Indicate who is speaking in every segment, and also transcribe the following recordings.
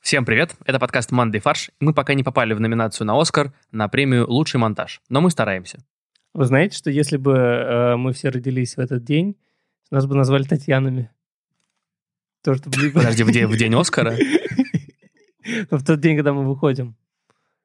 Speaker 1: Всем привет, это подкаст «Мандай фарш». Мы пока не попали в номинацию на «Оскар» на премию «Лучший монтаж», но мы стараемся.
Speaker 2: Вы знаете, что если бы э, мы все родились в этот день, нас бы назвали Татьянами. То, что были бы-
Speaker 1: Подожди, в день, в день «Оскара»?
Speaker 2: Ну, в тот день, когда мы выходим.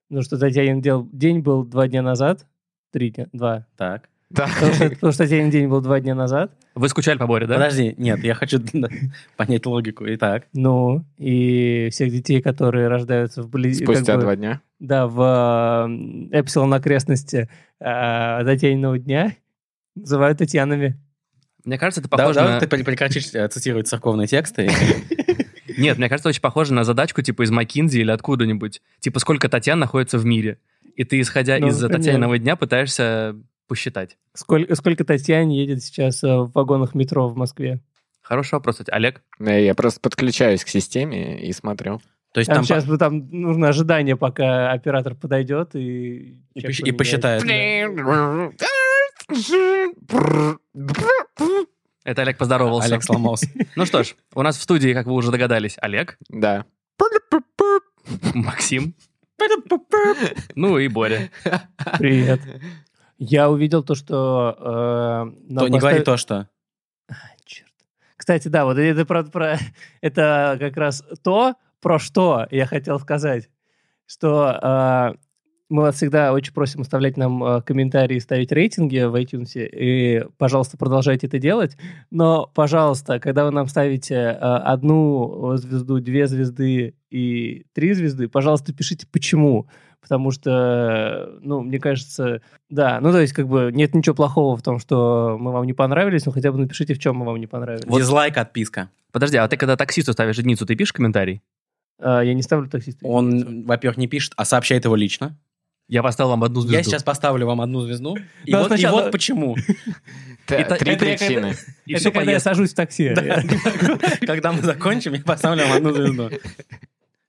Speaker 2: Ну, что Татьянин дел... день был два дня назад. Три дня, два.
Speaker 3: Так.
Speaker 1: Да.
Speaker 2: Потому что, потому что Татьянин день был два дня назад.
Speaker 1: Вы скучали по Боре, да?
Speaker 3: Подожди, нет, я хочу да, понять логику. Итак,
Speaker 2: Ну, и всех детей, которые рождаются вблизи... как
Speaker 4: Спустя
Speaker 2: бы,
Speaker 4: два дня.
Speaker 2: Да, в э, Эпсилон окрестности э, Татьяниного дня называют Татьянами.
Speaker 1: Мне кажется, это
Speaker 3: да,
Speaker 1: похоже
Speaker 3: да,
Speaker 1: на...
Speaker 3: ты пр- прекратишь э, цитировать церковные тексты.
Speaker 1: Нет, мне кажется, очень похоже на задачку типа из Макинзи или откуда-нибудь. Типа, сколько Татьян находится в мире. И ты, исходя
Speaker 2: Ну,
Speaker 1: из
Speaker 2: например.
Speaker 1: Татьяниного дня, пытаешься посчитать.
Speaker 2: Сколько, сколько Татьян едет сейчас э, в вагонах метро в Москве?
Speaker 1: Хороший вопрос, кстати. Олег?
Speaker 4: Ну, Я просто подключаюсь к системе и смотрю.
Speaker 3: То есть
Speaker 2: Там,
Speaker 3: там по-
Speaker 2: сейчас бы там нужно ожидание, пока оператор подойдет и...
Speaker 3: и
Speaker 2: чек
Speaker 3: пощ- и
Speaker 2: поменяет.
Speaker 3: посчитают.
Speaker 1: Это Олег поздоровался.
Speaker 3: Олег сломался.
Speaker 1: Ну что ж, у нас в студии, как вы уже догадались, Олег,
Speaker 4: Да.
Speaker 1: Максим, ну и Боря.
Speaker 2: Привет. Я увидел то, что... э, нам
Speaker 3: То не говори
Speaker 2: поставили-
Speaker 3: то, что.
Speaker 2: Чёрт. Кстати, да, вот это, про, про- это как раз то, про что я хотел сказать, что э, мы вас всегда очень просим оставлять нам э, комментарии, ставить рейтинги в iTunes, и, пожалуйста, продолжайте это делать, но, пожалуйста, когда вы нам ставите э, одну э, звезду, две звезды и три звезды, пожалуйста, пишите почему, потому что, э, ну, мне кажется, да, ну то есть как бы нет ничего плохого в том, что мы вам не понравились, но хотя бы напишите, в чем мы вам не понравились.
Speaker 3: Дизлайк, отписка.
Speaker 1: Подожди, а ты когда таксисту ставишь единицу, ты пишешь комментарий?
Speaker 2: А, я не ставлю таксиста.
Speaker 3: Он, во-первых, не пишет, а сообщает его лично.
Speaker 1: Я поставил вам одну звезду.
Speaker 3: Я сейчас поставлю вам одну звезду. И
Speaker 2: Да,
Speaker 3: вот- и
Speaker 2: сначала-
Speaker 3: вот почему.
Speaker 4: Т-
Speaker 1: Это-
Speaker 4: Три
Speaker 1: это я
Speaker 4: причины.
Speaker 1: И
Speaker 2: это
Speaker 1: все
Speaker 2: когда я
Speaker 1: поест.
Speaker 2: сажусь в такси.
Speaker 3: Да. Когда мы закончим, я поставлю вам одну звезду.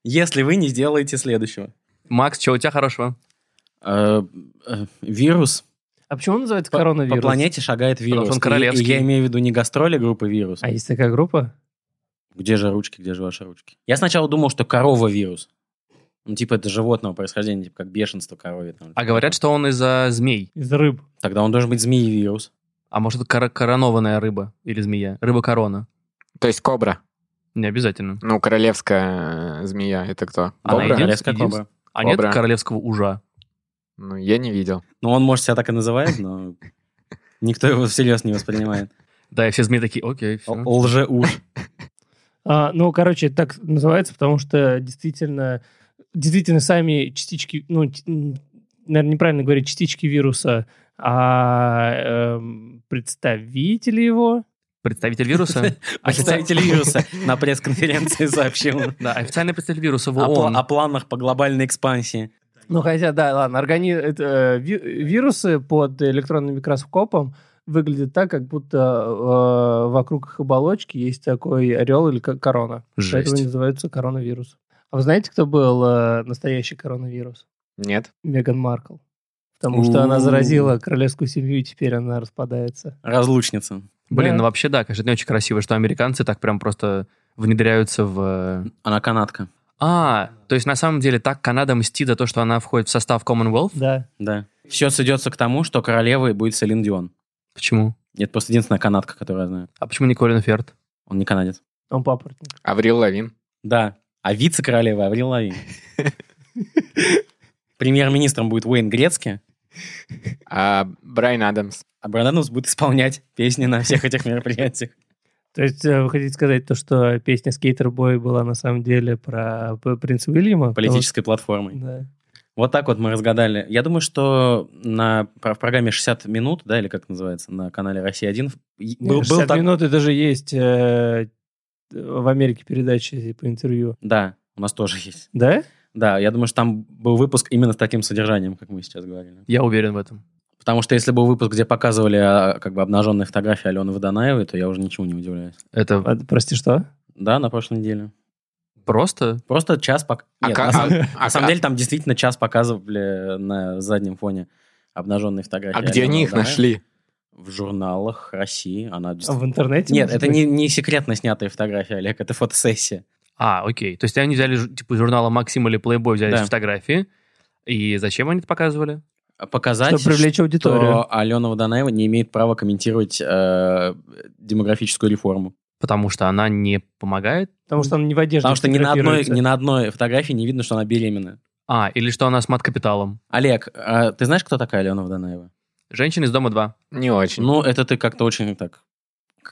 Speaker 3: Если вы не сделаете следующего.
Speaker 1: Макс, что у тебя хорошего?
Speaker 3: Э, э, Вирус.
Speaker 2: А почему он называется
Speaker 3: По-
Speaker 2: коронавирус?
Speaker 3: По планете шагает вирус.
Speaker 1: что он
Speaker 3: И-
Speaker 1: королевский.
Speaker 3: И я имею в виду не гастроли группы вирус.
Speaker 2: А есть такая группа?
Speaker 3: Где же ручки, где же ваши ручки? Я сначала думал, что корова вирус. Ну, типа это животного происхождения, типа как бешенство корове. там.
Speaker 1: А говорят, что он из-за змей.
Speaker 2: Из рыб.
Speaker 3: Тогда он должен быть змеи-вирус.
Speaker 1: А может, кор- коронованная рыба или змея? Рыба-корона.
Speaker 4: То есть кобра.
Speaker 1: Не обязательно.
Speaker 4: Ну, королевская э, змея. Это кто?
Speaker 1: Она
Speaker 4: Кобра?
Speaker 1: единственная.
Speaker 3: Королевская
Speaker 1: единственная.
Speaker 3: кобра.
Speaker 1: А нет
Speaker 4: Кобра.
Speaker 1: королевского ужа?
Speaker 4: Ну, я не видел.
Speaker 3: Ну, он, может, себя так и называет, но никто его всерьез не воспринимает.
Speaker 1: Да, и все змеи такие, окей, все.
Speaker 3: Л- Лжеуж.
Speaker 2: А, ну, короче, это так называется, потому что действительно, действительно сами частички, ну, наверное, неправильно говорить, частички вируса, а эм, представители его,
Speaker 1: Представитель вируса?
Speaker 3: Представитель вируса на пресс-конференции сообщил
Speaker 1: Да, официальный представитель вируса в
Speaker 3: о А пла-
Speaker 1: ООН.
Speaker 3: о планах по глобальной экспансии.
Speaker 2: Ну, хотя, да, ладно, органи... это, э, ви- вирусы под электронным микроскопом выглядят так, как будто э, вокруг их оболочки есть такой орел или ко- корона. Поэтому они
Speaker 1: Жесть.
Speaker 2: называются коронавирус. А вы знаете, кто был э, настоящий коронавирус?
Speaker 4: Нет.
Speaker 2: Меган Маркл. Потому что она
Speaker 3: У-у-у.
Speaker 2: заразила королевскую семью, и теперь она распадается.
Speaker 3: Разлучница.
Speaker 1: Блин,
Speaker 2: Да.
Speaker 1: ну вообще да, конечно, это не очень красиво, что американцы так прям просто внедряются в... э,
Speaker 3: Она канадка.
Speaker 1: А, то есть на самом деле так Канада мстит за то, что она входит в состав Commonwealth?
Speaker 2: Да.
Speaker 3: Да. Все сойдется к тому, что королевой будет Селин Дион.
Speaker 1: Почему?
Speaker 3: Это просто единственная канадка, которую я знаю.
Speaker 1: А почему не Колин Ферд?
Speaker 3: Он не канадец.
Speaker 2: Он папоротник.
Speaker 4: Аврил Лавин.
Speaker 3: Да. А вице-королева Аврил Лавин. Премьер-министром будет Уэйн Грецкий,
Speaker 4: А Брайан Адамс.
Speaker 3: а Бранданус будет исполнять песни на всех этих мероприятиях.
Speaker 2: То есть э, вы хотите сказать то, что песня «Скейтер Бой» была на самом деле про п- принца Уильяма?
Speaker 3: Политической платформой.
Speaker 2: Потому- Да.
Speaker 3: Вот так вот мы разгадали. Я думаю, что на, про- в программе «60 минут», да, или как называется, на канале «Россия-1» и- был,
Speaker 2: Был,
Speaker 3: был
Speaker 2: 60
Speaker 3: так-
Speaker 2: минут, это же есть э, в Америке передачи по интервью.
Speaker 3: Да, у нас тоже есть.
Speaker 2: Да?
Speaker 3: Да, я думаю, что там был выпуск именно с таким содержанием, как мы сейчас говорили.
Speaker 1: Я уверен в этом.
Speaker 3: Потому что если был выпуск, где показывали а, как бы обнаженные фотографии Алены Водонаевой, то я уже ничему не удивляюсь.
Speaker 1: Это
Speaker 2: А, прости, что?
Speaker 3: Да, на прошлой неделе.
Speaker 1: просто...
Speaker 3: Просто час пок...
Speaker 4: А
Speaker 3: Нет,
Speaker 4: ка-
Speaker 3: на, самом...
Speaker 4: а- а-
Speaker 3: на самом
Speaker 4: а-
Speaker 3: деле там действительно час показывали на заднем фоне обнаженные фотографии.
Speaker 4: А где
Speaker 3: Алены
Speaker 4: они их
Speaker 3: Водонаевой.
Speaker 4: нашли?
Speaker 3: В журналах России. Она
Speaker 2: А
Speaker 3: действительно-
Speaker 2: в интернете?
Speaker 3: Нет,
Speaker 2: может
Speaker 3: это
Speaker 2: быть?
Speaker 3: не, не секретно снятые фотографии, Олег, это фотосессия.
Speaker 1: А, окей. То есть они взяли, ж- типа, из журнала «Максим» или «Плейбой» взяли
Speaker 3: Да.
Speaker 1: фотографии. И зачем они это показывали?
Speaker 3: А Показать,
Speaker 2: Чтобы привлечь аудиторию.
Speaker 3: что Алена Водонаева не имеет права комментировать э, демографическую реформу.
Speaker 1: Потому что она не помогает?
Speaker 2: Потому что он не в одежде.
Speaker 3: Потому что ни на, одной,
Speaker 2: фотографируется.
Speaker 3: ни на одной фотографии не видно, что она беременна.
Speaker 1: А, или что она с мат-капиталом?
Speaker 3: Олег, а ты знаешь, кто такая Алена Водонаева?
Speaker 1: Женщина из дома 2.
Speaker 4: Не очень.
Speaker 3: Ну, это ты как-то очень так...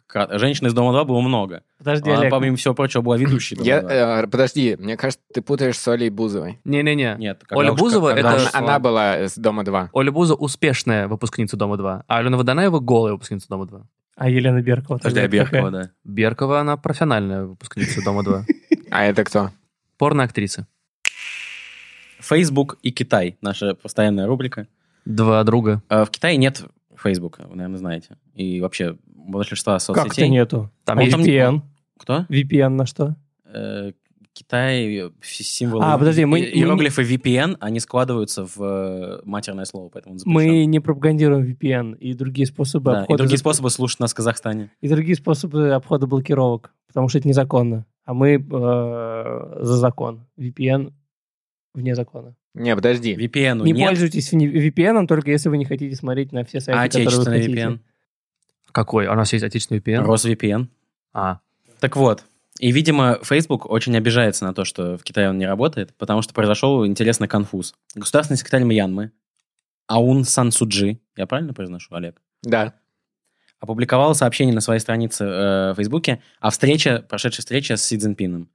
Speaker 3: кра- Женщин из «Дома-2» было много.
Speaker 2: Подожди,
Speaker 3: Она,
Speaker 2: Олег.
Speaker 3: А, помимо всего прочего, была ведущей
Speaker 4: Я,
Speaker 3: «Дома-два».
Speaker 4: э, подожди, мне кажется, ты путаешь с Олей Бузовой.
Speaker 1: Не-не-не.
Speaker 3: Нет,
Speaker 1: Оля
Speaker 3: уж-
Speaker 1: Бузова
Speaker 3: когда
Speaker 1: это
Speaker 3: уж
Speaker 4: Она,
Speaker 1: ж-
Speaker 3: шло-
Speaker 4: она была с Дома 2.
Speaker 1: Оля Буза успешная выпускница дома 2, а Алена Водонаева голая выпускница дома 2.
Speaker 2: А Елена Беркова?
Speaker 3: Подожди,
Speaker 2: тогда какая?
Speaker 3: Беркова, да.
Speaker 1: Беркова, она профессиональная выпускница дома 2.
Speaker 4: А это кто?
Speaker 1: Порно-актриса.
Speaker 3: Facebook и Китай, наша постоянная рубрика.
Speaker 1: Два друга.
Speaker 3: Э, В Китае нет Facebook, вы, наверное, знаете. И вообще большинства соцсетей...
Speaker 2: Как то нету?
Speaker 1: Там
Speaker 2: А
Speaker 1: есть...
Speaker 3: там-
Speaker 2: VPN?
Speaker 3: Кто?
Speaker 2: VPN на что?
Speaker 3: Э, Китай э, символы...
Speaker 2: А, подожди, мы-
Speaker 3: и- Иероглифы VPN, они складываются в э, матерное слово, поэтому он запрещен.
Speaker 2: Мы не пропагандируем VPN и другие способы
Speaker 3: Да, и
Speaker 2: обхода.
Speaker 3: другие способы слушать нас в Казахстане.
Speaker 2: и другие способы обхода блокировок, потому что это незаконно. А мы э, за закон. VPN вне закона.
Speaker 4: Не, подожди.
Speaker 3: VPN
Speaker 2: не
Speaker 3: Ну, нет,
Speaker 2: пользуйтесь вне- VPN, только если вы не хотите смотреть на все
Speaker 3: а
Speaker 2: сайты, которые вы
Speaker 3: отечественный
Speaker 2: хотите.
Speaker 3: VPN.
Speaker 1: Какой? А У нас есть отечественный VPN?
Speaker 3: Росвпн.
Speaker 1: А,
Speaker 3: Так вот. И, видимо, Facebook очень обижается на то, что в Китае он не работает, потому что произошел интересный конфуз. Государственный секретарь Мьянмы Аун Сан Суджи, я правильно произношу, Олег?
Speaker 4: Да.
Speaker 3: опубликовала сообщение на своей странице э, в Фейсбуке о встрече, прошедшей встрече с Си Цзиньпином.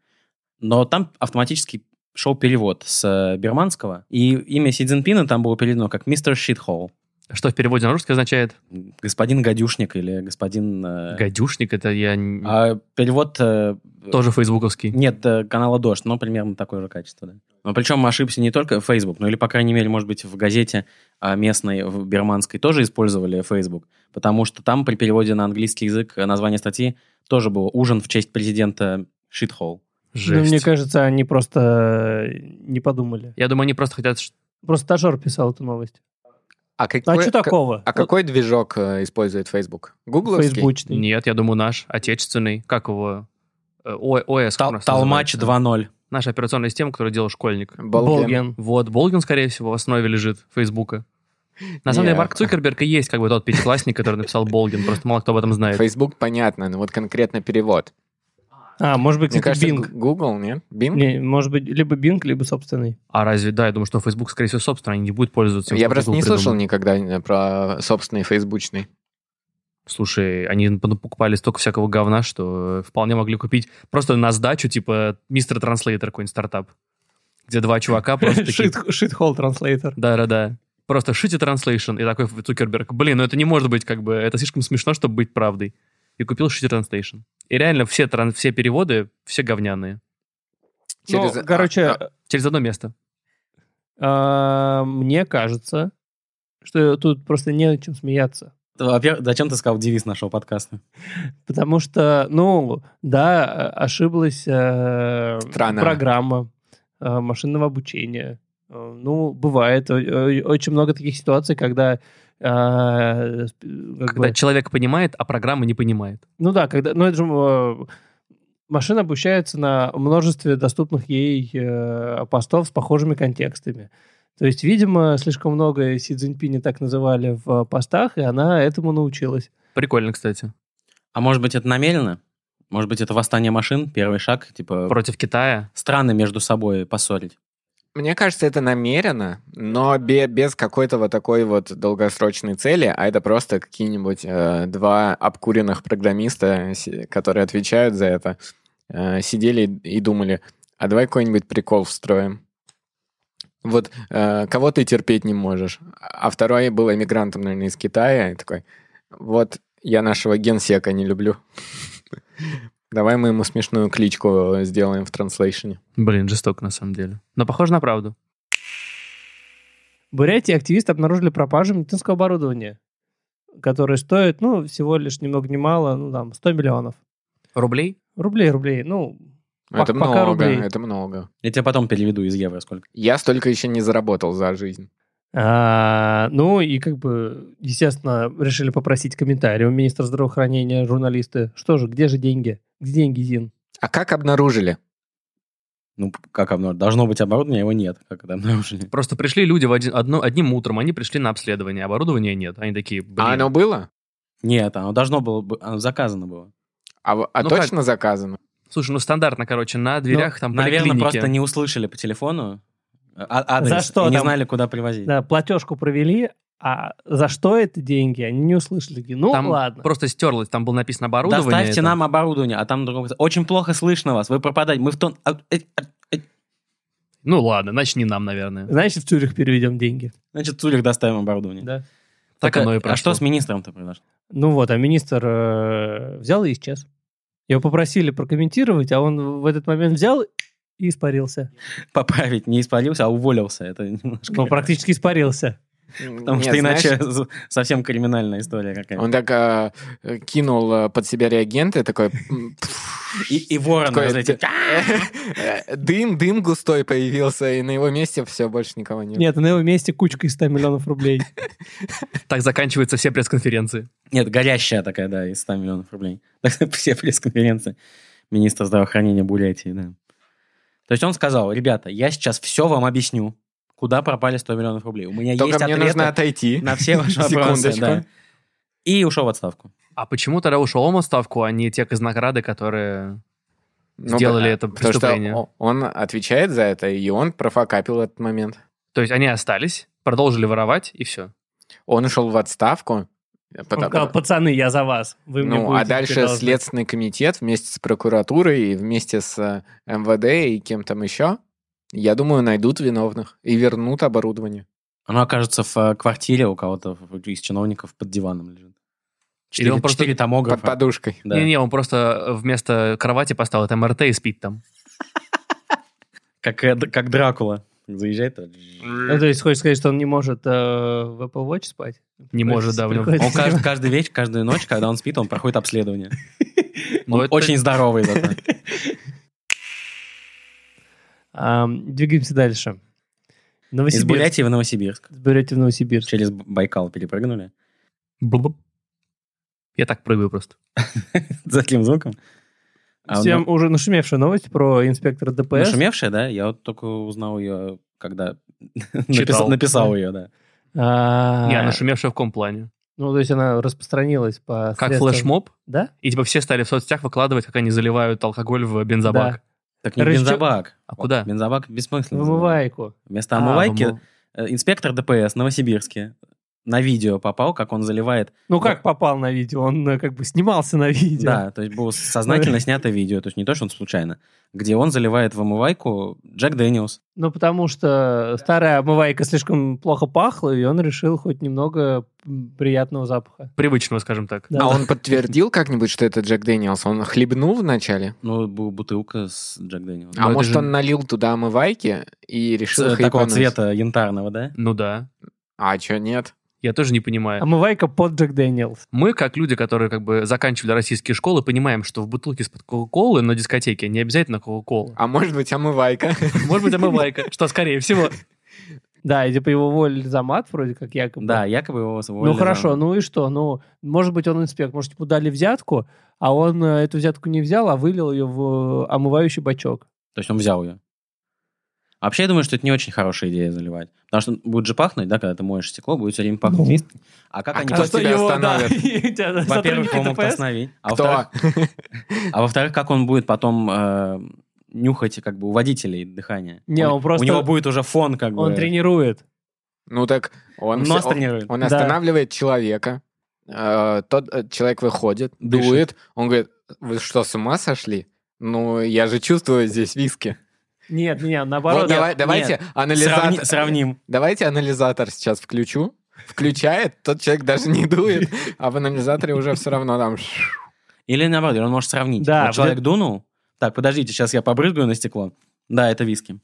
Speaker 3: Но там автоматически шел перевод с э, бирманского, и имя Си Цзиньпина там было переведено как мистер Шитхол,
Speaker 1: что в переводе на русский означает?
Speaker 3: господин гадюшник или господин... э,
Speaker 1: Гадюшник, это я... н-
Speaker 3: а перевод... э,
Speaker 1: Тоже фейсбуковский.
Speaker 3: Нет, э, канала «Дождь», но примерно такое же качество, да. Но причем ошибся не только Facebook, ну или, по крайней мере, может быть, в газете а, местной, в бирманской, тоже использовали Facebook, потому что там при переводе на английский язык э, название статьи тоже было «Ужин в честь президента Шитхол».
Speaker 2: Ну, мне
Speaker 1: Жесть.
Speaker 2: кажется, они просто э, не подумали.
Speaker 1: Я думаю, они просто хотят... ш-
Speaker 2: Просто стажер писал эту новость.
Speaker 4: А,
Speaker 2: Ну,
Speaker 4: какой,
Speaker 2: а что такого?
Speaker 4: а какой движок э, использует Facebook? Гугловский?
Speaker 2: Фейсбучный.
Speaker 1: Нет, я думаю, наш, отечественный. Как его? Э, О- ОС. как у
Speaker 3: Тал-
Speaker 1: нас
Speaker 3: Толмач
Speaker 1: называется?
Speaker 3: 2.0.
Speaker 1: Наша операционная система, которую делал школьник.
Speaker 4: Болген.
Speaker 1: Вот, Болгин, скорее всего, в основе лежит Фейсбука. На самом
Speaker 4: Не.
Speaker 1: деле, Марк Цукерберг и есть как бы тот пятиклассник, который написал Болгин, просто мало кто об этом знает.
Speaker 4: Facebook понятно, но вот конкретно перевод.
Speaker 2: А, может быть,
Speaker 4: Мне
Speaker 2: это
Speaker 4: кажется,
Speaker 2: Bing.
Speaker 4: Гу- Google, нет? Bing?
Speaker 2: Не, может быть, либо Bing, либо собственный.
Speaker 1: А разве, да, я думаю, что Facebook, скорее всего, собственно, они не будут пользоваться.
Speaker 4: Я
Speaker 1: Вот
Speaker 4: просто
Speaker 1: Google
Speaker 4: не слышал
Speaker 1: придумал.
Speaker 4: никогда э, про собственный фейсбучный.
Speaker 1: Слушай, они пон- покупали столько всякого говна, что э, вполне могли купить просто на сдачу, типа, мистер транслейтер какой-нибудь стартап, где два чувака просто такие...
Speaker 2: Шитхол транслейтер.
Speaker 1: Да-да-да. Просто шите транслейшн. И такой Цукерберг, блин, ну это не может быть, как бы, это слишком смешно, чтобы быть правдой. И купил шите транслейшн. И реально все, тран- все переводы, все говняные.
Speaker 2: Ну,
Speaker 4: Через-
Speaker 2: короче,
Speaker 4: а,
Speaker 1: Через одно место.
Speaker 2: А, Мне кажется, что тут просто не о чем смеяться.
Speaker 3: Во-первых, зачем ты сказал девиз нашего подкаста?
Speaker 2: Потому что, ну, да, э, ошиблась э,
Speaker 4: Страна.
Speaker 2: программа э, машинного обучения. Э, Ну, бывает. О- о- Очень много таких ситуаций, когда... э, сп- э, как
Speaker 1: Когда
Speaker 2: бы-
Speaker 1: человек понимает, а программа не понимает.
Speaker 2: ну да, когда... Ну, это же... э, Машина обучается на множестве доступных ей э, постов с похожими контекстами. То есть, видимо, слишком много Си Цзиньпиня так называли в э, постах, и она этому научилась.
Speaker 1: Прикольно, кстати.
Speaker 3: А может быть, это намеренно? Может быть, это восстание машин, первый шаг, типа
Speaker 1: Против Китая.
Speaker 3: страны между собой поссорить?
Speaker 4: Мне кажется, это намеренно, но бе- без какой-то вот такой вот долгосрочной цели, а это просто какие-нибудь э, два обкуренных программиста, си- которые отвечают за это, э, сидели и думали, а давай какой-нибудь прикол встроим. Вот э, кого ты терпеть не можешь. А второй был эмигрантом, наверное, из Китая, и такой, вот я нашего генсека не люблю. Давай мы ему смешную кличку сделаем в транслейшене.
Speaker 1: Блин, жестоко на самом деле. Но похоже на правду.
Speaker 2: В Бурятии активисты обнаружили пропажу медицинского оборудования, которое стоит, ну, всего лишь ни много ни мало, ну, там, 100 миллионов.
Speaker 1: Рублей?
Speaker 2: Рублей, рублей, ну, Пок-
Speaker 4: Это
Speaker 2: пока
Speaker 4: много,
Speaker 2: рублей.
Speaker 4: это много.
Speaker 3: Я тебе потом переведу из евро сколько.
Speaker 4: Я столько еще не заработал за жизнь.
Speaker 2: А, ну и как бы, естественно, решили попросить комментарий у министра здравоохранения, журналисты. Что же, где же деньги? Где деньги, Зин?
Speaker 4: А как обнаружили?
Speaker 3: Ну, как обнаружили? Должно быть оборудование, а его нет. Как это обнаружили?
Speaker 1: Просто пришли люди в один- одно- одним утром, они пришли на обследование, оборудования нет. Они такие, блин.
Speaker 4: А оно было?
Speaker 3: Нет, оно должно было бы... Оно заказано было.
Speaker 4: А, в- а
Speaker 1: Ну
Speaker 4: точно заказано?
Speaker 1: Слушай, ну стандартно, короче, на дверях там
Speaker 3: Наверное,
Speaker 1: поликлиники.
Speaker 3: просто не услышали по телефону э, а- адрес.
Speaker 2: За что
Speaker 3: и не
Speaker 2: там?
Speaker 3: знали, куда привозить.
Speaker 2: Да, платежку провели, а за что это деньги, они не услышали. Такие, Ну,
Speaker 1: Там
Speaker 2: ладно.
Speaker 1: просто стерлось, там было написано оборудование.
Speaker 3: Доставьте
Speaker 1: это.
Speaker 3: нам оборудование, а там другого... Очень плохо слышно вас, вы пропадаете. Мы в тон... а, э, а,
Speaker 1: Ну ладно, значит, не нам, наверное.
Speaker 2: Значит, в Цюрих переведем деньги.
Speaker 3: Значит, Цулик доставим оборудование.
Speaker 2: Да.
Speaker 1: Так оно и
Speaker 3: а, а
Speaker 1: прошло.
Speaker 3: что с министром-то произошло?
Speaker 2: Ну вот, а министр э, взял и исчез. Его попросили прокомментировать, а он в этот момент взял и испарился.
Speaker 3: Поправить не испарился, а уволился. Это немножко...
Speaker 2: Ну, практически испарился.
Speaker 3: Потому
Speaker 4: Нет,
Speaker 3: что иначе
Speaker 4: знаешь,
Speaker 3: совсем криминальная история какая-то.
Speaker 4: Он так э, э, кинул э, под себя реагенты, такой... м,
Speaker 3: И, и ворон,
Speaker 4: Такое-
Speaker 3: знаете,
Speaker 4: э, Дым, дым густой появился, и на его месте все, больше никого нет.
Speaker 2: Нет, на его месте кучка из 100 миллионов рублей.
Speaker 1: Так заканчиваются все пресс-конференции.
Speaker 3: Нет, горящая такая, да, из 100 миллионов рублей. Так все пресс-конференции министра здравоохранения Бурятии, да. То есть он сказал, ребята, я сейчас все вам объясню, куда пропали 100 миллионов рублей. У меня
Speaker 4: Только
Speaker 3: есть
Speaker 4: мне
Speaker 3: ответы
Speaker 4: нужно отойти.
Speaker 3: на все ваши вопросы.
Speaker 4: Секундочку.
Speaker 3: да. И ушел в отставку.
Speaker 1: А почему тогда ушел он в отставку, а не те казнокрады, которые...
Speaker 4: Ну,
Speaker 1: Сделали
Speaker 4: б-
Speaker 1: это
Speaker 4: потому что
Speaker 1: преступление.
Speaker 4: о- он отвечает за это, и он профокапил этот момент.
Speaker 1: То есть они остались, продолжили воровать, и все.
Speaker 4: Он ушел в отставку. э,
Speaker 2: Он
Speaker 4: потому-
Speaker 2: сказал, пацаны, я за вас. Вы мне
Speaker 4: ну,
Speaker 2: будете
Speaker 4: а дальше
Speaker 2: теперь должны».
Speaker 4: Следственный комитет вместе с прокуратурой и вместе с э, МВД и кем там еще, я думаю, найдут виновных и вернут оборудование.
Speaker 3: Оно окажется в э, квартире у кого-то в- из чиновников под диваном лежит. Четыре,
Speaker 1: он просто-
Speaker 3: четыре томографа.
Speaker 4: Под подушкой.
Speaker 3: Да.
Speaker 1: Не-не, он просто вместо кровати поставил это МРТ и спит там.
Speaker 3: Как, э, д- как Дракула. Заезжает. э,
Speaker 2: Ну, то есть, хочешь сказать, что он не может э, в Apple Watch спать?
Speaker 1: Не может, да, в нем.
Speaker 2: Приходится-
Speaker 3: Он каждый, каждый вечер, каждую ночь, когда он спит, он проходит обследование.
Speaker 1: Но
Speaker 3: Он
Speaker 4: Ну,
Speaker 1: Ну, это-
Speaker 3: очень здоровый зато.
Speaker 2: А, двигаемся дальше.
Speaker 3: Из
Speaker 2: Новосибирск.
Speaker 3: Бурятии в Новосибирск.
Speaker 2: Из Бурятии в Новосибирск.
Speaker 3: Через Б- Байкал перепрыгнули.
Speaker 1: Бу-бу. Я так прыгаю просто.
Speaker 3: За таким звуком. А у
Speaker 2: Всем
Speaker 3: нас-
Speaker 2: уже нашумевшая новость про инспектора ДПС.
Speaker 3: Нашумевшая, да? Я вот только узнал ее, когда
Speaker 1: Читал.
Speaker 3: написал, написал ее, да.
Speaker 2: А,
Speaker 1: Не, нашумевшая в ком плане.
Speaker 2: Ну, то есть она распространилась по...
Speaker 1: Как
Speaker 2: средствам.
Speaker 1: флешмоб,
Speaker 2: Да?
Speaker 1: и типа все стали в соцсетях выкладывать, как они заливают алкоголь в бензобак.
Speaker 3: Так не
Speaker 2: Расчё-
Speaker 3: бензобак.
Speaker 1: А куда?
Speaker 3: Бензобак бессмысленно.
Speaker 2: Вымывайку.
Speaker 3: Вместо
Speaker 2: А,
Speaker 3: омывайки
Speaker 1: вымыл.
Speaker 3: э, инспектор ДПС Новосибирске на видео попал, как он заливает.
Speaker 2: Ну, как попал на видео? Он э, как бы снимался на видео.
Speaker 3: Да, то есть было сознательно снято видео, то есть не то, что он случайно, где он заливает в омывайку Джек Дэниелс.
Speaker 2: Ну, потому что старая омывайка слишком плохо пахла, и он решил хоть немного м, приятного запаха.
Speaker 1: Привычного, скажем так.
Speaker 2: Да.
Speaker 4: А он подтвердил как-нибудь, что это Джек Дэниелс? Он хлебнул вначале?
Speaker 3: Ну, была бутылка с Джек Дэниелс.
Speaker 1: Но
Speaker 4: А
Speaker 1: это
Speaker 4: может,
Speaker 1: же-
Speaker 4: он налил туда омывайки и решил
Speaker 3: С- э, такого
Speaker 4: хайпануть?
Speaker 3: цвета янтарного, да?
Speaker 1: Ну да.
Speaker 4: А что, нет?
Speaker 1: Я тоже не понимаю.
Speaker 2: Омывайка А под Джек Дэниелс.
Speaker 1: Мы, как люди, которые как бы заканчивали российские школы, понимаем, что в бутылке из-под Кока-Колы на дискотеке не обязательно Кока-Кола.
Speaker 4: А может быть, омывайка?
Speaker 1: Может быть, омывайка, что скорее всего.
Speaker 2: Да, и типа его уволили за мат вроде как якобы.
Speaker 3: Да, якобы его
Speaker 2: Ну
Speaker 3: уволили за-
Speaker 2: хорошо, ну и что? Ну, может быть, он инспект, может, ему дали взятку, а он э, эту взятку не взял, а вылил ее в э, омывающий бачок.
Speaker 3: То есть он взял ее. А Вообще, я думаю, что это не очень хорошая идея заливать. Потому что будет же пахнуть, да, когда ты моешь стекло, будет все время пахнуть.
Speaker 2: Ну.
Speaker 3: А как
Speaker 4: А
Speaker 3: они...
Speaker 4: кто что тебя остановит?
Speaker 3: Во-первых, его
Speaker 2: Во-первых,
Speaker 3: могут остановить. А во-вторых,
Speaker 4: Кто?
Speaker 3: а во-вторых, как он будет потом э, нюхать, как бы, у водителей дыхание?
Speaker 2: Не, он просто-
Speaker 3: У него будет уже фон, как бы...
Speaker 2: Он тренирует.
Speaker 4: Ну так он,
Speaker 3: Он
Speaker 4: все-
Speaker 3: нос
Speaker 4: он,
Speaker 3: тренирует.
Speaker 4: он
Speaker 2: Да.
Speaker 4: останавливает человека. Э, Тот э, человек выходит,
Speaker 3: Дышит.
Speaker 4: дует. Он говорит, вы что, с ума сошли? Ну, я же чувствую здесь виски.
Speaker 2: Нет, не,
Speaker 4: Вот,
Speaker 2: наоборот.
Speaker 4: давай-
Speaker 3: нет,
Speaker 4: давайте,
Speaker 3: Сравни-
Speaker 4: анализатор,
Speaker 3: Сравним.
Speaker 4: давайте анализатор сейчас включу. Включает, тот человек даже не дует, а в анализаторе уже все равно там... шш.
Speaker 3: Или наоборот, он может сравнить.
Speaker 2: Да,
Speaker 3: Вот человек
Speaker 2: вот-
Speaker 3: дунул. Так, подождите, сейчас я побрызгаю на стекло. Да, это виски.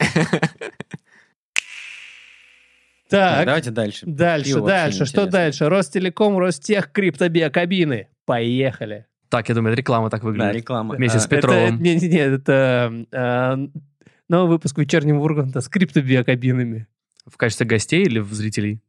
Speaker 3: Так,
Speaker 2: Так,
Speaker 3: давайте дальше.
Speaker 2: дальше,
Speaker 3: Пиво вообще
Speaker 2: дальше. Что
Speaker 3: неинтересно.
Speaker 2: дальше? Ростелеком, Ростех, криптобе, кабины. Поехали.
Speaker 1: Так, я думаю, это реклама так
Speaker 3: Да,
Speaker 1: выглядит.
Speaker 3: реклама. А,
Speaker 1: Вместе с
Speaker 2: Это-
Speaker 1: Петровым.
Speaker 2: это- Нет, нет, нет, это э, новый выпуск вечернего Урганта с криптобе кабинами.
Speaker 1: В качестве гостей или в зрителей?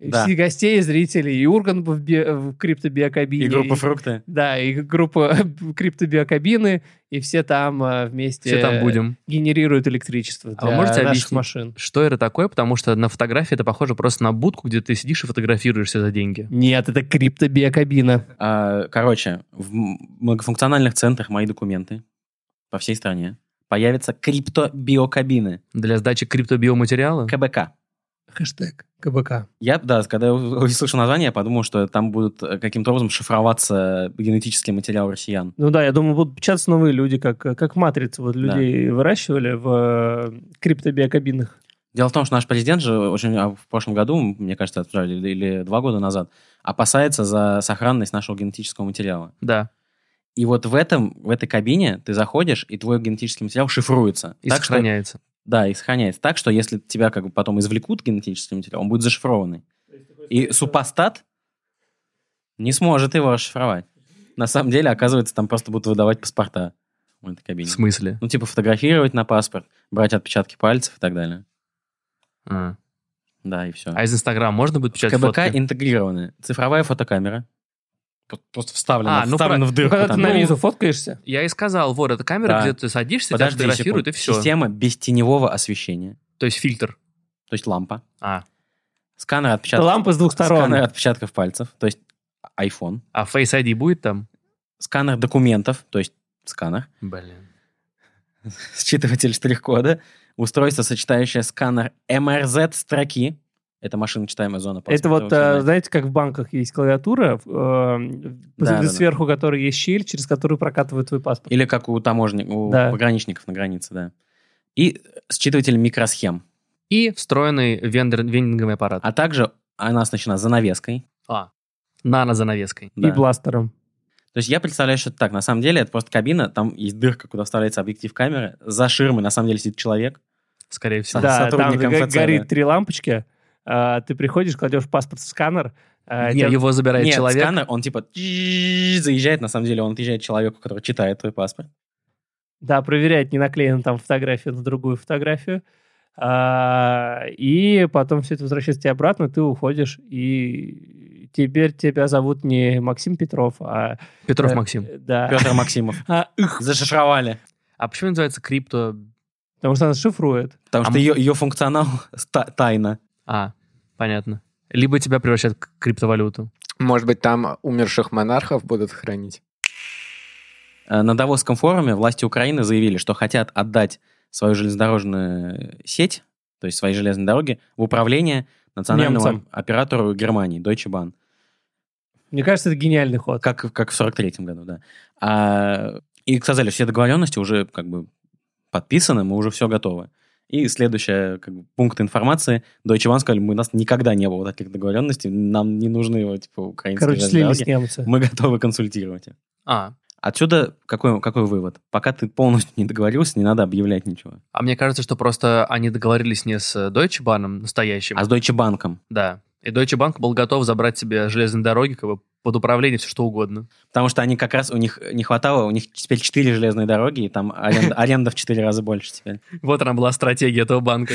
Speaker 3: Да.
Speaker 2: и гостей, и зрителей, и Урган в, би- в криптобиокабине.
Speaker 3: И группа
Speaker 2: и-
Speaker 3: фрукты.
Speaker 2: Да, и группа криптобиокабины, и все там э, вместе
Speaker 1: Все там будем.
Speaker 2: генерируют электричество
Speaker 1: А вы
Speaker 2: для
Speaker 1: можете
Speaker 2: наших
Speaker 1: объяснить?
Speaker 2: машин.
Speaker 1: Что это такое? Потому что на фотографии это похоже просто на будку, где ты сидишь и фотографируешься за деньги.
Speaker 2: Нет, это криптобиокабина.
Speaker 3: А, короче, в м- многофункциональных центрах мои документы по всей стране появятся криптобиокабины,
Speaker 1: Для сдачи криптобиоматериала?
Speaker 3: КБК.
Speaker 2: Хэштег КБК.
Speaker 3: Я, да, когда я у- услышал название, я подумал, что там будут э, каким-то образом шифроваться генетический материал россиян.
Speaker 2: Ну да, я думаю, будут печататься новые люди, как, как матрицу. Вот людей выращивали в э, криптобиокабинах.
Speaker 3: Дело в том, что наш президент же очень а, в прошлом году, мне кажется, отправили, или- или два года назад, опасается за сохранность нашего генетического материала.
Speaker 1: Да.
Speaker 3: И вот в этом, в этой кабине ты заходишь, и твой генетический материал шифруется.
Speaker 1: И
Speaker 3: Так что-
Speaker 1: сохраняется.
Speaker 3: да, и сохраняется. Так что если тебя как бы потом извлекут генетический материал, он будет зашифрованный. И супостат не сможет его расшифровать. На самом деле, оказывается, там просто будут выдавать паспорта в этой
Speaker 1: В
Speaker 3: кабине.
Speaker 1: смысле?
Speaker 3: Ну, типа фотографировать на паспорт, брать отпечатки пальцев и так далее.
Speaker 1: А,
Speaker 3: Да, и все.
Speaker 1: А из Инстаграма можно будет печатать
Speaker 3: КБК
Speaker 1: фотки?
Speaker 3: интегрированы. Цифровая фотокамера. Пр- Просто вставлена,
Speaker 1: А, ну,
Speaker 3: вставлена в дырку.
Speaker 2: Когда ты
Speaker 3: там.
Speaker 2: на
Speaker 3: Ну,
Speaker 2: визу фоткаешься,
Speaker 1: Я и сказал, вот, это камера,
Speaker 3: Да.
Speaker 1: где ты садишься, тебя
Speaker 3: подожди
Speaker 1: фотографируют,
Speaker 3: секунду.
Speaker 1: и все.
Speaker 3: Система без теневого освещения,
Speaker 1: То есть фильтр.
Speaker 3: то есть лампа.
Speaker 1: А,
Speaker 3: Сканер
Speaker 2: это
Speaker 3: отпечатков,
Speaker 2: лампа с двух сторон.
Speaker 3: сканер отпечатков пальцев, то есть iPhone.
Speaker 1: а Face ID будет там?
Speaker 3: Сканер документов, то есть сканер.
Speaker 1: Блин.
Speaker 3: Считыватель штрих-кода. Устройство, сочетающее сканер МРЗ-строки. Это машиночитаемая зона
Speaker 2: Это
Speaker 3: паспорта,
Speaker 2: вот,
Speaker 3: вы все
Speaker 2: э,
Speaker 3: знаете.
Speaker 2: знаете, как в банках есть клавиатура, э,
Speaker 3: Да, да, да.
Speaker 2: сверху которой есть щель, через которую прокатывают твой паспорт.
Speaker 3: Или как у таможенников, у
Speaker 2: Да.
Speaker 3: пограничников на границе, да. И считыватель микросхем.
Speaker 1: И встроенный вендор, вендинговый аппарат.
Speaker 3: А также она оснащена занавеской.
Speaker 1: А, нано-занавеской.
Speaker 2: И
Speaker 3: Да.
Speaker 2: бластером.
Speaker 3: То есть я представляю, что это так. На самом деле это просто кабина, там есть дырка, куда вставляется объектив камеры. За ширмой на самом деле сидит человек.
Speaker 1: Скорее всего.
Speaker 3: Со-
Speaker 2: Да, там
Speaker 3: сотрудником
Speaker 2: го-
Speaker 3: ФЦ, да.
Speaker 2: горит три лампочки, а, ты приходишь, кладешь паспорт в сканер, а,
Speaker 1: Не,
Speaker 2: тебя-
Speaker 1: его забирает
Speaker 3: Нет,
Speaker 1: человек.
Speaker 3: сканер, он типа «Чжжж» заезжает, на самом деле он отъезжает человеку, который читает твой паспорт.
Speaker 2: да, проверяет, не наклеена там фотография на другую фотографию, а, и потом все это возвращается тебе обратно, ты уходишь, и теперь тебя зовут не Максим Петров, а...
Speaker 1: Петров
Speaker 2: э,
Speaker 1: Максим.
Speaker 2: Да.
Speaker 3: Петр Максимов.
Speaker 2: А, их,
Speaker 3: Зашифровали.
Speaker 1: А почему называется крипто...
Speaker 2: потому что она шифрует.
Speaker 3: Потому
Speaker 1: А
Speaker 3: что
Speaker 1: м-
Speaker 3: ее, ее функционал ста- тайна.
Speaker 1: А, понятно. Либо тебя превращают в к- криптовалюту.
Speaker 4: Может быть, там умерших монархов будут хранить?
Speaker 3: Э, На Давосском форуме власти Украины заявили, что хотят отдать свою железнодорожную э, сеть, то есть свои железные дороги, в управление национальному
Speaker 2: Немцам.
Speaker 3: оператору Германии, Deutsche Bahn.
Speaker 2: Мне кажется, это гениальный ход.
Speaker 3: Как, как в 43-м году, да. А, и, кстати, все договоренности уже как бы подписаны, мы уже все готовы. И следующий как бы, пункт информации. Deutsche Bank сказали, мы, у нас никогда не было таких договоренностей, нам не нужны вот, типа, украинские
Speaker 2: Короче,
Speaker 3: железные
Speaker 2: слились
Speaker 3: дороги.
Speaker 2: немцы.
Speaker 3: Мы готовы консультировать их.
Speaker 1: А,
Speaker 3: Отсюда какой, какой вывод? Пока ты полностью не договорился, не надо объявлять ничего.
Speaker 1: а мне кажется, что просто они договорились не с э, Deutsche Bahn настоящим,
Speaker 3: А с Deutsche Bank.
Speaker 1: да. И Deutsche Bank был готов забрать себе железные дороги как бы, под управление, все что угодно.
Speaker 3: Потому что они как раз, у них не хватало, у них теперь 4 железные дороги, и там арен- аренда в 4 раза больше теперь.
Speaker 1: Вот она была стратегия этого банка.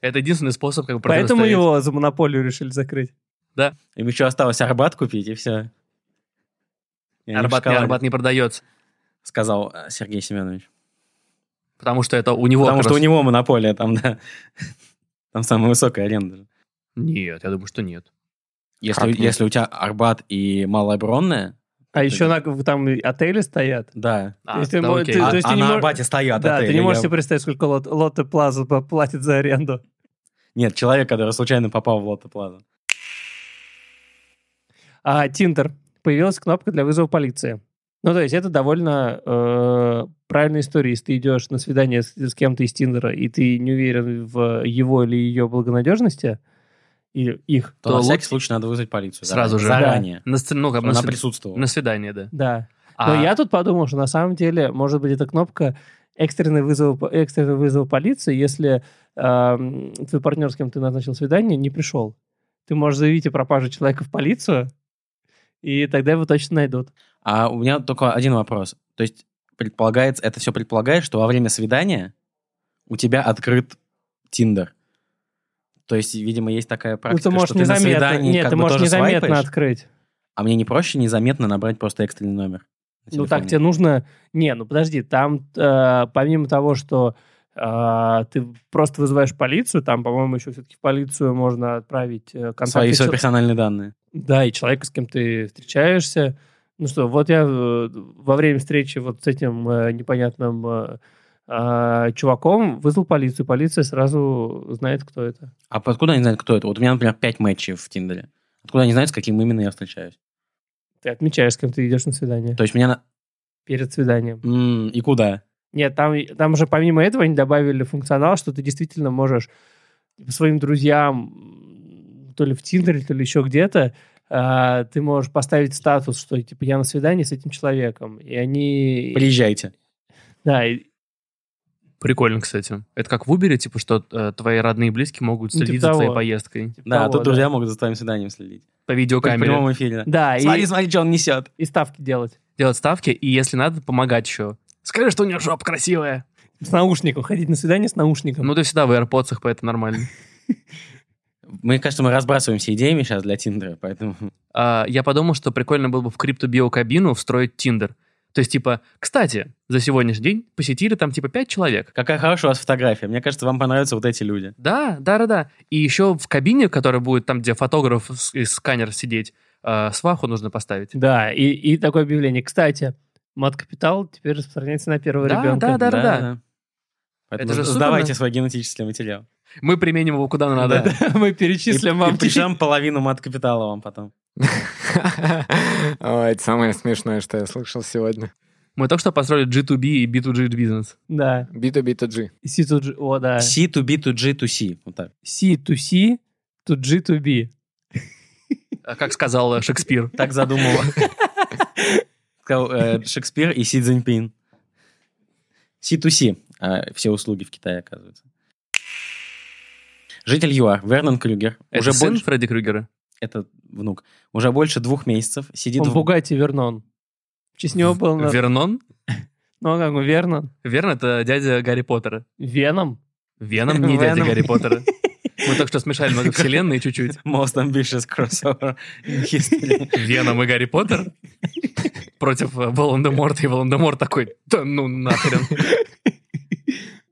Speaker 1: Это единственный способ, как бы
Speaker 2: Поэтому
Speaker 1: противостоять.
Speaker 2: его за монополию решили закрыть.
Speaker 3: Им еще осталось Арбат купить, и все.
Speaker 1: Арбат, не, Арбат не продается.
Speaker 3: сказал э, Сергей Семенович.
Speaker 1: Потому что это у него...
Speaker 3: Потому
Speaker 1: как
Speaker 3: что у
Speaker 1: раз-
Speaker 3: него монополия там, да. Там самая высокая аренда. же.
Speaker 1: Нет, я думаю, что нет.
Speaker 3: Если,
Speaker 4: Как нет?
Speaker 3: если у тебя Арбат и Малая Бронная,
Speaker 2: А еще на- там и отели стоят.
Speaker 3: да.
Speaker 1: А,
Speaker 2: Если
Speaker 1: да,
Speaker 2: мо-
Speaker 1: окей.
Speaker 2: ты-
Speaker 1: А,
Speaker 2: то есть
Speaker 3: а
Speaker 2: не
Speaker 3: на
Speaker 2: мож-
Speaker 3: Арбате стоят
Speaker 2: Да, ты
Speaker 3: отели.
Speaker 2: не можешь
Speaker 3: Я-
Speaker 2: себе представить, сколько лот- Лотте Плаза п- платит за аренду.
Speaker 3: Нет, человек, который случайно попал в Лотто Плаза.
Speaker 2: А Тиндер. Появилась кнопка для вызова полиции. Ну, то есть это довольно э, правильная история. Если ты идешь на свидание с, с кем-то из Тиндера, и ты не уверен в его или ее благонадежности, или их,
Speaker 1: То
Speaker 3: То, на
Speaker 1: лучше-
Speaker 3: всякий случай надо вызвать полицию.
Speaker 1: Сразу же.
Speaker 3: Заранее.
Speaker 1: На, сц- ну, как бы
Speaker 3: Чтобы
Speaker 1: на
Speaker 3: Она
Speaker 1: сви-
Speaker 3: присутствовала.
Speaker 1: на свидание, да.
Speaker 2: да.
Speaker 1: А-
Speaker 2: Но я тут подумал, что на самом деле, может быть, это кнопка экстренный вызов, экстренный вызов полиции, если эм, твой партнер, с кем ты назначил свидание, не пришел. Ты можешь заявить о пропаже человека в полицию, и тогда его точно найдут.
Speaker 3: А у меня только один вопрос. То есть предполагается, это все предполагает, что во время свидания у тебя открыт Тиндер. То есть, видимо, есть такая
Speaker 2: Ну,
Speaker 3: практика,
Speaker 2: ты можешь
Speaker 3: что ты на
Speaker 2: незаметно...
Speaker 3: свидании
Speaker 2: Нет,
Speaker 3: как
Speaker 2: ты
Speaker 3: бы
Speaker 2: можешь
Speaker 3: тоже
Speaker 2: незаметно
Speaker 3: свайпаешь,
Speaker 2: открыть.
Speaker 3: а мне не проще незаметно набрать просто экстренный номер? на
Speaker 2: Ну так
Speaker 3: телефоне?
Speaker 2: тебе нужно... Не, ну подожди, там э, помимо того, что э, ты просто вызываешь полицию, там, по-моему, еще все-таки в полицию можно отправить э, контакты...
Speaker 3: Свои все
Speaker 2: чел-
Speaker 3: персональные данные.
Speaker 2: Да, и человека, с кем ты встречаешься. Ну что, вот я э, во время встречи вот с этим э, непонятным э, э, чуваком вызвал полицию. Полиция сразу знает, кто это.
Speaker 3: А по- откуда они знают, кто это? Вот у меня, например, пять матчей в Тиндере. Откуда они знают, с каким именно я встречаюсь?
Speaker 2: Ты отмечаешь, с кем ты идешь на свидание.
Speaker 3: То есть меня... на-
Speaker 2: Перед свиданием.
Speaker 3: М, и куда?
Speaker 2: Нет, там, там уже помимо этого они добавили функционал, что ты действительно можешь своим друзьям, м, то ли в Тиндере, то ли еще где-то, а, ты можешь поставить статус, что типа я на свидании с этим человеком. И они...
Speaker 3: Приезжайте.
Speaker 2: Да, и-
Speaker 1: Прикольно, кстати. Это как в Uber, типа, что э, твои родные и близкие могут
Speaker 2: Ну, типа
Speaker 1: следить за твоей
Speaker 2: того.
Speaker 1: поездкой
Speaker 2: типа
Speaker 3: Да,
Speaker 2: того,
Speaker 3: тут
Speaker 2: да.
Speaker 3: друзья могут за твоим свиданием следить.
Speaker 1: по
Speaker 3: Как в
Speaker 1: видеокамере.
Speaker 3: прямом эфире. да.
Speaker 2: Да,
Speaker 3: Смотри,
Speaker 2: и,
Speaker 3: смотри, что он несет.
Speaker 2: и ставки делать.
Speaker 1: Делать ставки, и если надо, помогать еще. Скажи, что у него жопа красивая.
Speaker 2: С наушником. Ходить на свидание с наушником.
Speaker 1: Ну, ты всегда в AirPods, поэтому нормально.
Speaker 3: Мы, кажется, мы разбрасываемся идеями сейчас для Тиндера, поэтому...
Speaker 1: А, я подумал, что прикольно было бы в криптобиокабину встроить Тиндер. То есть, типа, кстати, за сегодняшний день посетили там, типа, пять человек.
Speaker 3: Какая хорошая у вас фотография. Мне кажется, вам понравятся вот эти люди.
Speaker 1: Да, да, да, да. И еще в кабине, которая будет там, где фотограф с- и сканер сидеть, э, сваху нужно поставить.
Speaker 2: Да, и, и такое объявление. Кстати, мат-капитал теперь распространяется на первого
Speaker 1: Да,
Speaker 2: ребенка.
Speaker 1: да, да.
Speaker 3: Поэтому
Speaker 1: Это же супер,
Speaker 3: сдавайте
Speaker 1: да?
Speaker 3: свой генетический материал.
Speaker 1: Мы применим его куда надо.
Speaker 3: Да.
Speaker 2: Мы
Speaker 3: И,
Speaker 2: перечислим вам.
Speaker 3: и пришлем половину мат-капитала вам потом.
Speaker 4: Ой, это самое смешное, что я слышал сегодня.
Speaker 1: Мы только что построили G2B и B2G бизнес.
Speaker 2: Да.
Speaker 4: B2B2G.
Speaker 2: Э, C to G. О, да.
Speaker 3: C to B to G to C. Вот так.
Speaker 2: C to C to G to B.
Speaker 1: А Как сказал э, Шекспир.
Speaker 3: Так задумал. Сказал, э, Шекспир и Си Цзиньпин. C2C. а, Все услуги в Китае, оказывается. Житель ЮАР Вернон Крюгер
Speaker 1: Это
Speaker 3: уже
Speaker 1: сын
Speaker 3: больше...
Speaker 1: Фредди Крюгера.
Speaker 3: Это внук. Уже больше двух месяцев сидит
Speaker 2: Он
Speaker 3: в...
Speaker 2: Бугати Вернон. В честь него был... на-
Speaker 1: Вернон?
Speaker 2: Ну, а как бы Вернон.
Speaker 1: Верно, это дядя Гарри Поттера.
Speaker 2: Веном.
Speaker 1: Веном не дядя
Speaker 3: Веном.
Speaker 1: Гарри Поттера. Мы только что смешали много вселенной чуть-чуть.
Speaker 3: Most ambitious crossover in history.
Speaker 1: Веном и Гарри Поттер против э, Волан-де-Морта, и Волан-де-Морт такой, да ну нахрен.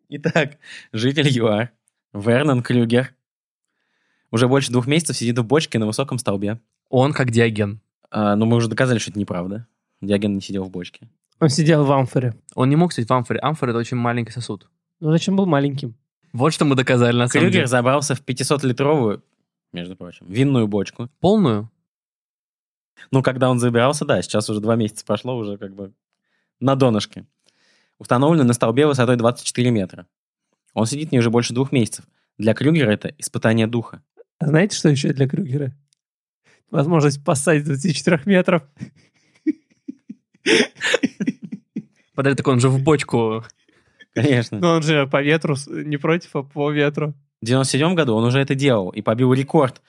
Speaker 3: Итак, житель ЮАР Вернон Крюгер уже больше двух месяцев сидит в бочке на высоком столбе.
Speaker 1: Он как Диоген.
Speaker 3: А, но мы уже доказали, что это неправда. Диаген не сидел в бочке.
Speaker 2: Он сидел в амфоре.
Speaker 1: Он не мог сидеть в амфоре. Амфор — это очень маленький сосуд.
Speaker 2: Ну, зачем был маленьким?
Speaker 1: Вот что мы доказали на самом
Speaker 3: Крюгер
Speaker 1: деле.
Speaker 3: забрался в 500-литровую, между прочим, винную бочку.
Speaker 1: Полную?
Speaker 3: Ну, когда он забирался, да, сейчас уже два месяца прошло, уже как бы на донышке. Установлена на столбе высотой 24 метра. Он сидит в ней уже больше двух месяцев. Для Крюгера это испытание духа.
Speaker 2: А знаете, что еще для Крюгера? Возможность поссать с 24 метров.
Speaker 1: Подожди, так он же в бочку.
Speaker 3: Конечно.
Speaker 2: Но он же по ветру, с- не против, а по ветру.
Speaker 3: В 97 году он уже это делал и побил рекорд.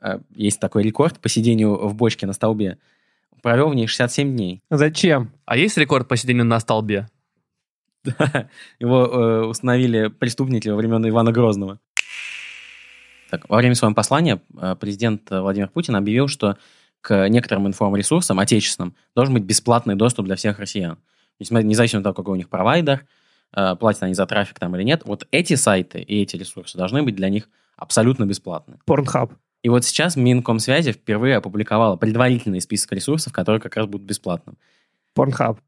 Speaker 3: Э, Есть такой рекорд по сидению в бочке на столбе. Провел в ней 67 дней.
Speaker 2: А Зачем?
Speaker 1: А есть рекорд по сидению на столбе?
Speaker 3: Его э, установили преступники во времена Ивана Грозного. Так, во время своего послания э, президент э, Владимир Путин объявил, что к некоторым информресурсам отечественным должен быть бесплатный доступ для всех россиян. Несмотря- Независимо от того, какой у них провайдер, э, платят они за трафик там или нет, вот эти сайты и эти ресурсы должны быть для них абсолютно бесплатны.
Speaker 2: Порнхаб.
Speaker 3: И вот сейчас Минкомсвязи впервые опубликовала предварительный список ресурсов, которые как раз будут бесплатным.
Speaker 2: Порнхаб.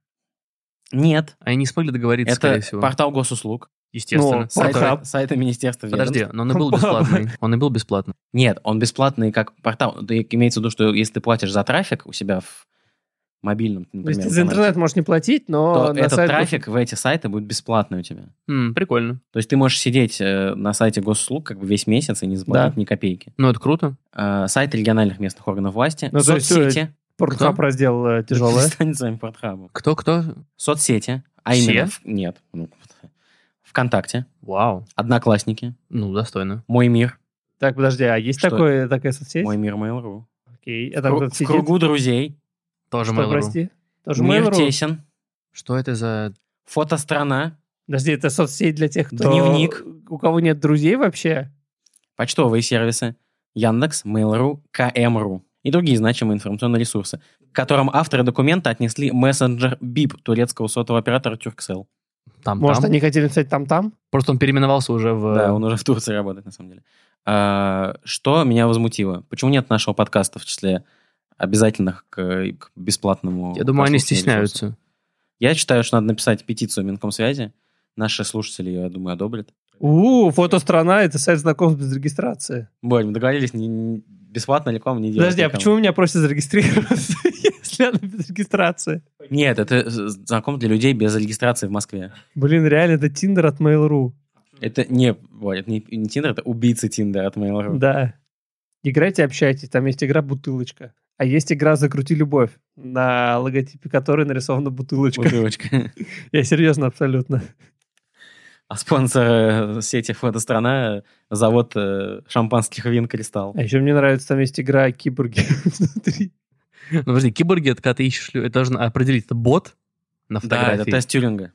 Speaker 3: Нет,
Speaker 1: Они не смогли договориться, скорее
Speaker 3: это
Speaker 1: всего.
Speaker 3: портал госуслуг,
Speaker 1: Естественно.
Speaker 2: Ну, Порнхаб.
Speaker 3: сайта, сайта Министерства
Speaker 1: Подожди,
Speaker 3: ведомств.
Speaker 1: но он и был бесплатный. Он и был бесплатный.
Speaker 3: Нет, он бесплатный как портал. Ну, ты- Имеется в виду, что если ты платишь за трафик у себя в мобильном,
Speaker 2: То
Speaker 3: например,
Speaker 2: есть ты за
Speaker 3: канале,
Speaker 2: интернет можешь не платить, но
Speaker 3: то
Speaker 2: на
Speaker 3: этот
Speaker 2: сайт...
Speaker 3: трафик в эти сайты будет бесплатный у тебя.
Speaker 1: М, прикольно.
Speaker 3: То есть ты можешь сидеть э, на сайте госуслуг как бы весь месяц и не заплатить ни копейки.
Speaker 1: Ну, это круто.
Speaker 3: Э, сайт региональных местных органов власти,
Speaker 2: Ну, то есть, э,
Speaker 3: соцсети.
Speaker 2: Порнхаб
Speaker 1: Кто?
Speaker 2: раздел э, тяжелое.
Speaker 3: Станет с вами портхабом.
Speaker 1: Кто-кто?
Speaker 3: Соцсети, а
Speaker 1: Все?
Speaker 3: именно... в- Нет. ну, ВКонтакте,
Speaker 1: Вау.
Speaker 3: Одноклассники,
Speaker 1: Ну, достойно.
Speaker 3: Мой мир,
Speaker 2: Так, подожди, а есть
Speaker 3: Что
Speaker 2: такое, такая соцсеть?
Speaker 3: Мой мир Mail.ru.
Speaker 2: Окей. А там
Speaker 3: Кру-
Speaker 2: кто-то
Speaker 3: В
Speaker 2: сидит?
Speaker 3: кругу друзей,
Speaker 1: Тоже
Speaker 2: Что,
Speaker 1: Mail.ru.
Speaker 2: прости? Тоже
Speaker 3: Мир
Speaker 2: Mail.ru?
Speaker 3: тесен,
Speaker 1: Что это за...
Speaker 3: Фотострана.
Speaker 2: Подожди, это соцсеть для тех, кто...
Speaker 3: Дневник.
Speaker 2: У кого нет друзей вообще?
Speaker 3: почтовые сервисы, Яндекс, Mail.ru, КМ.ру и другие значимые информационные ресурсы, к которым авторы документа отнесли мессенджер БИП турецкого сотового оператора Turkcell.
Speaker 1: Там,
Speaker 2: Может,
Speaker 1: там.
Speaker 2: они хотели написать там-там?
Speaker 1: Просто он переименовался уже в...
Speaker 3: Да, он уже в Турции работает, на самом деле. А, Что меня возмутило? Почему нет нашего подкаста в числе обязательных к к бесплатному?
Speaker 1: Я думаю, они
Speaker 3: прослушиванию ресурсов?
Speaker 1: стесняются.
Speaker 3: Я считаю, что надо написать петицию Минкомсвязи. Наши слушатели, я думаю, одобрят.
Speaker 2: У, фотострана — это сайт знакомств без регистрации.
Speaker 3: Борь, мы договорились, не- не- бесплатно рекламу не делать.
Speaker 2: Подожди, а
Speaker 3: никому.
Speaker 2: почему меня просят зарегистрироваться, если она без регистрации?
Speaker 3: Нет, это з- знаком для людей без регистрации в Москве.
Speaker 2: Блин, реально, это Тиндер от Mail.ru.
Speaker 3: Это не, Борь, это не, не Тиндер, это убийцы Тиндера от Mail.ru.
Speaker 2: Да. Играйте, общайтесь. Там есть игра «Бутылочка». А есть игра «Закрути любовь», на логотипе которой нарисована бутылочка.
Speaker 3: Бутылочка.
Speaker 2: Я серьезно абсолютно.
Speaker 3: А спонсор э, сети «Фотострана» — завод э, шампанских вин «Кристалл».
Speaker 2: А еще мне нравится, там есть игра «Киборги» внутри.
Speaker 1: Ну, подожди, киборги, это когда ты ищешь... лю- Это должен определить, это бот на
Speaker 3: Да, это
Speaker 1: фотографии?
Speaker 3: тест Тюринга.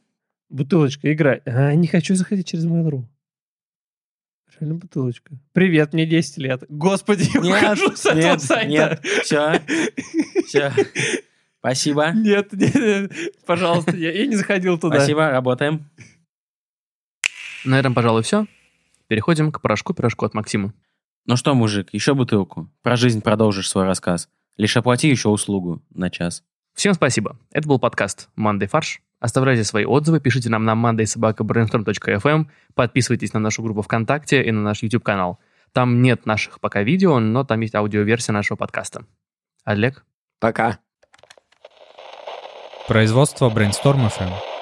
Speaker 2: Бутылочка, игра. А, не хочу заходить через Mail.ru. Реально бутылочка. Привет, мне 10 лет. Господи, я
Speaker 3: Нет,
Speaker 2: ухожу с этого
Speaker 3: нет,
Speaker 2: сайта.
Speaker 3: Все, все. Спасибо.
Speaker 2: Нет, нет, нет, пожалуйста, я, я не заходил туда.
Speaker 3: Спасибо, работаем.
Speaker 1: На этом, Ну, пожалуй, все. Переходим к порошку-пирожку от Максима.
Speaker 3: Ну что, мужик, еще бутылку. Про жизнь продолжишь свой рассказ. Лишь оплати еще услугу на час.
Speaker 1: Всем спасибо. Это был подкаст «Мандай фарш». Оставляйте свои отзывы, пишите нам на mandaysobakabrainstorm.fm, эм, подписывайтесь на нашу группу ВКонтакте и на наш YouTube-канал. Там нет наших пока видео, но там есть аудиоверсия нашего подкаста. Олег?
Speaker 4: Пока.
Speaker 5: Производство Brainstorm FM.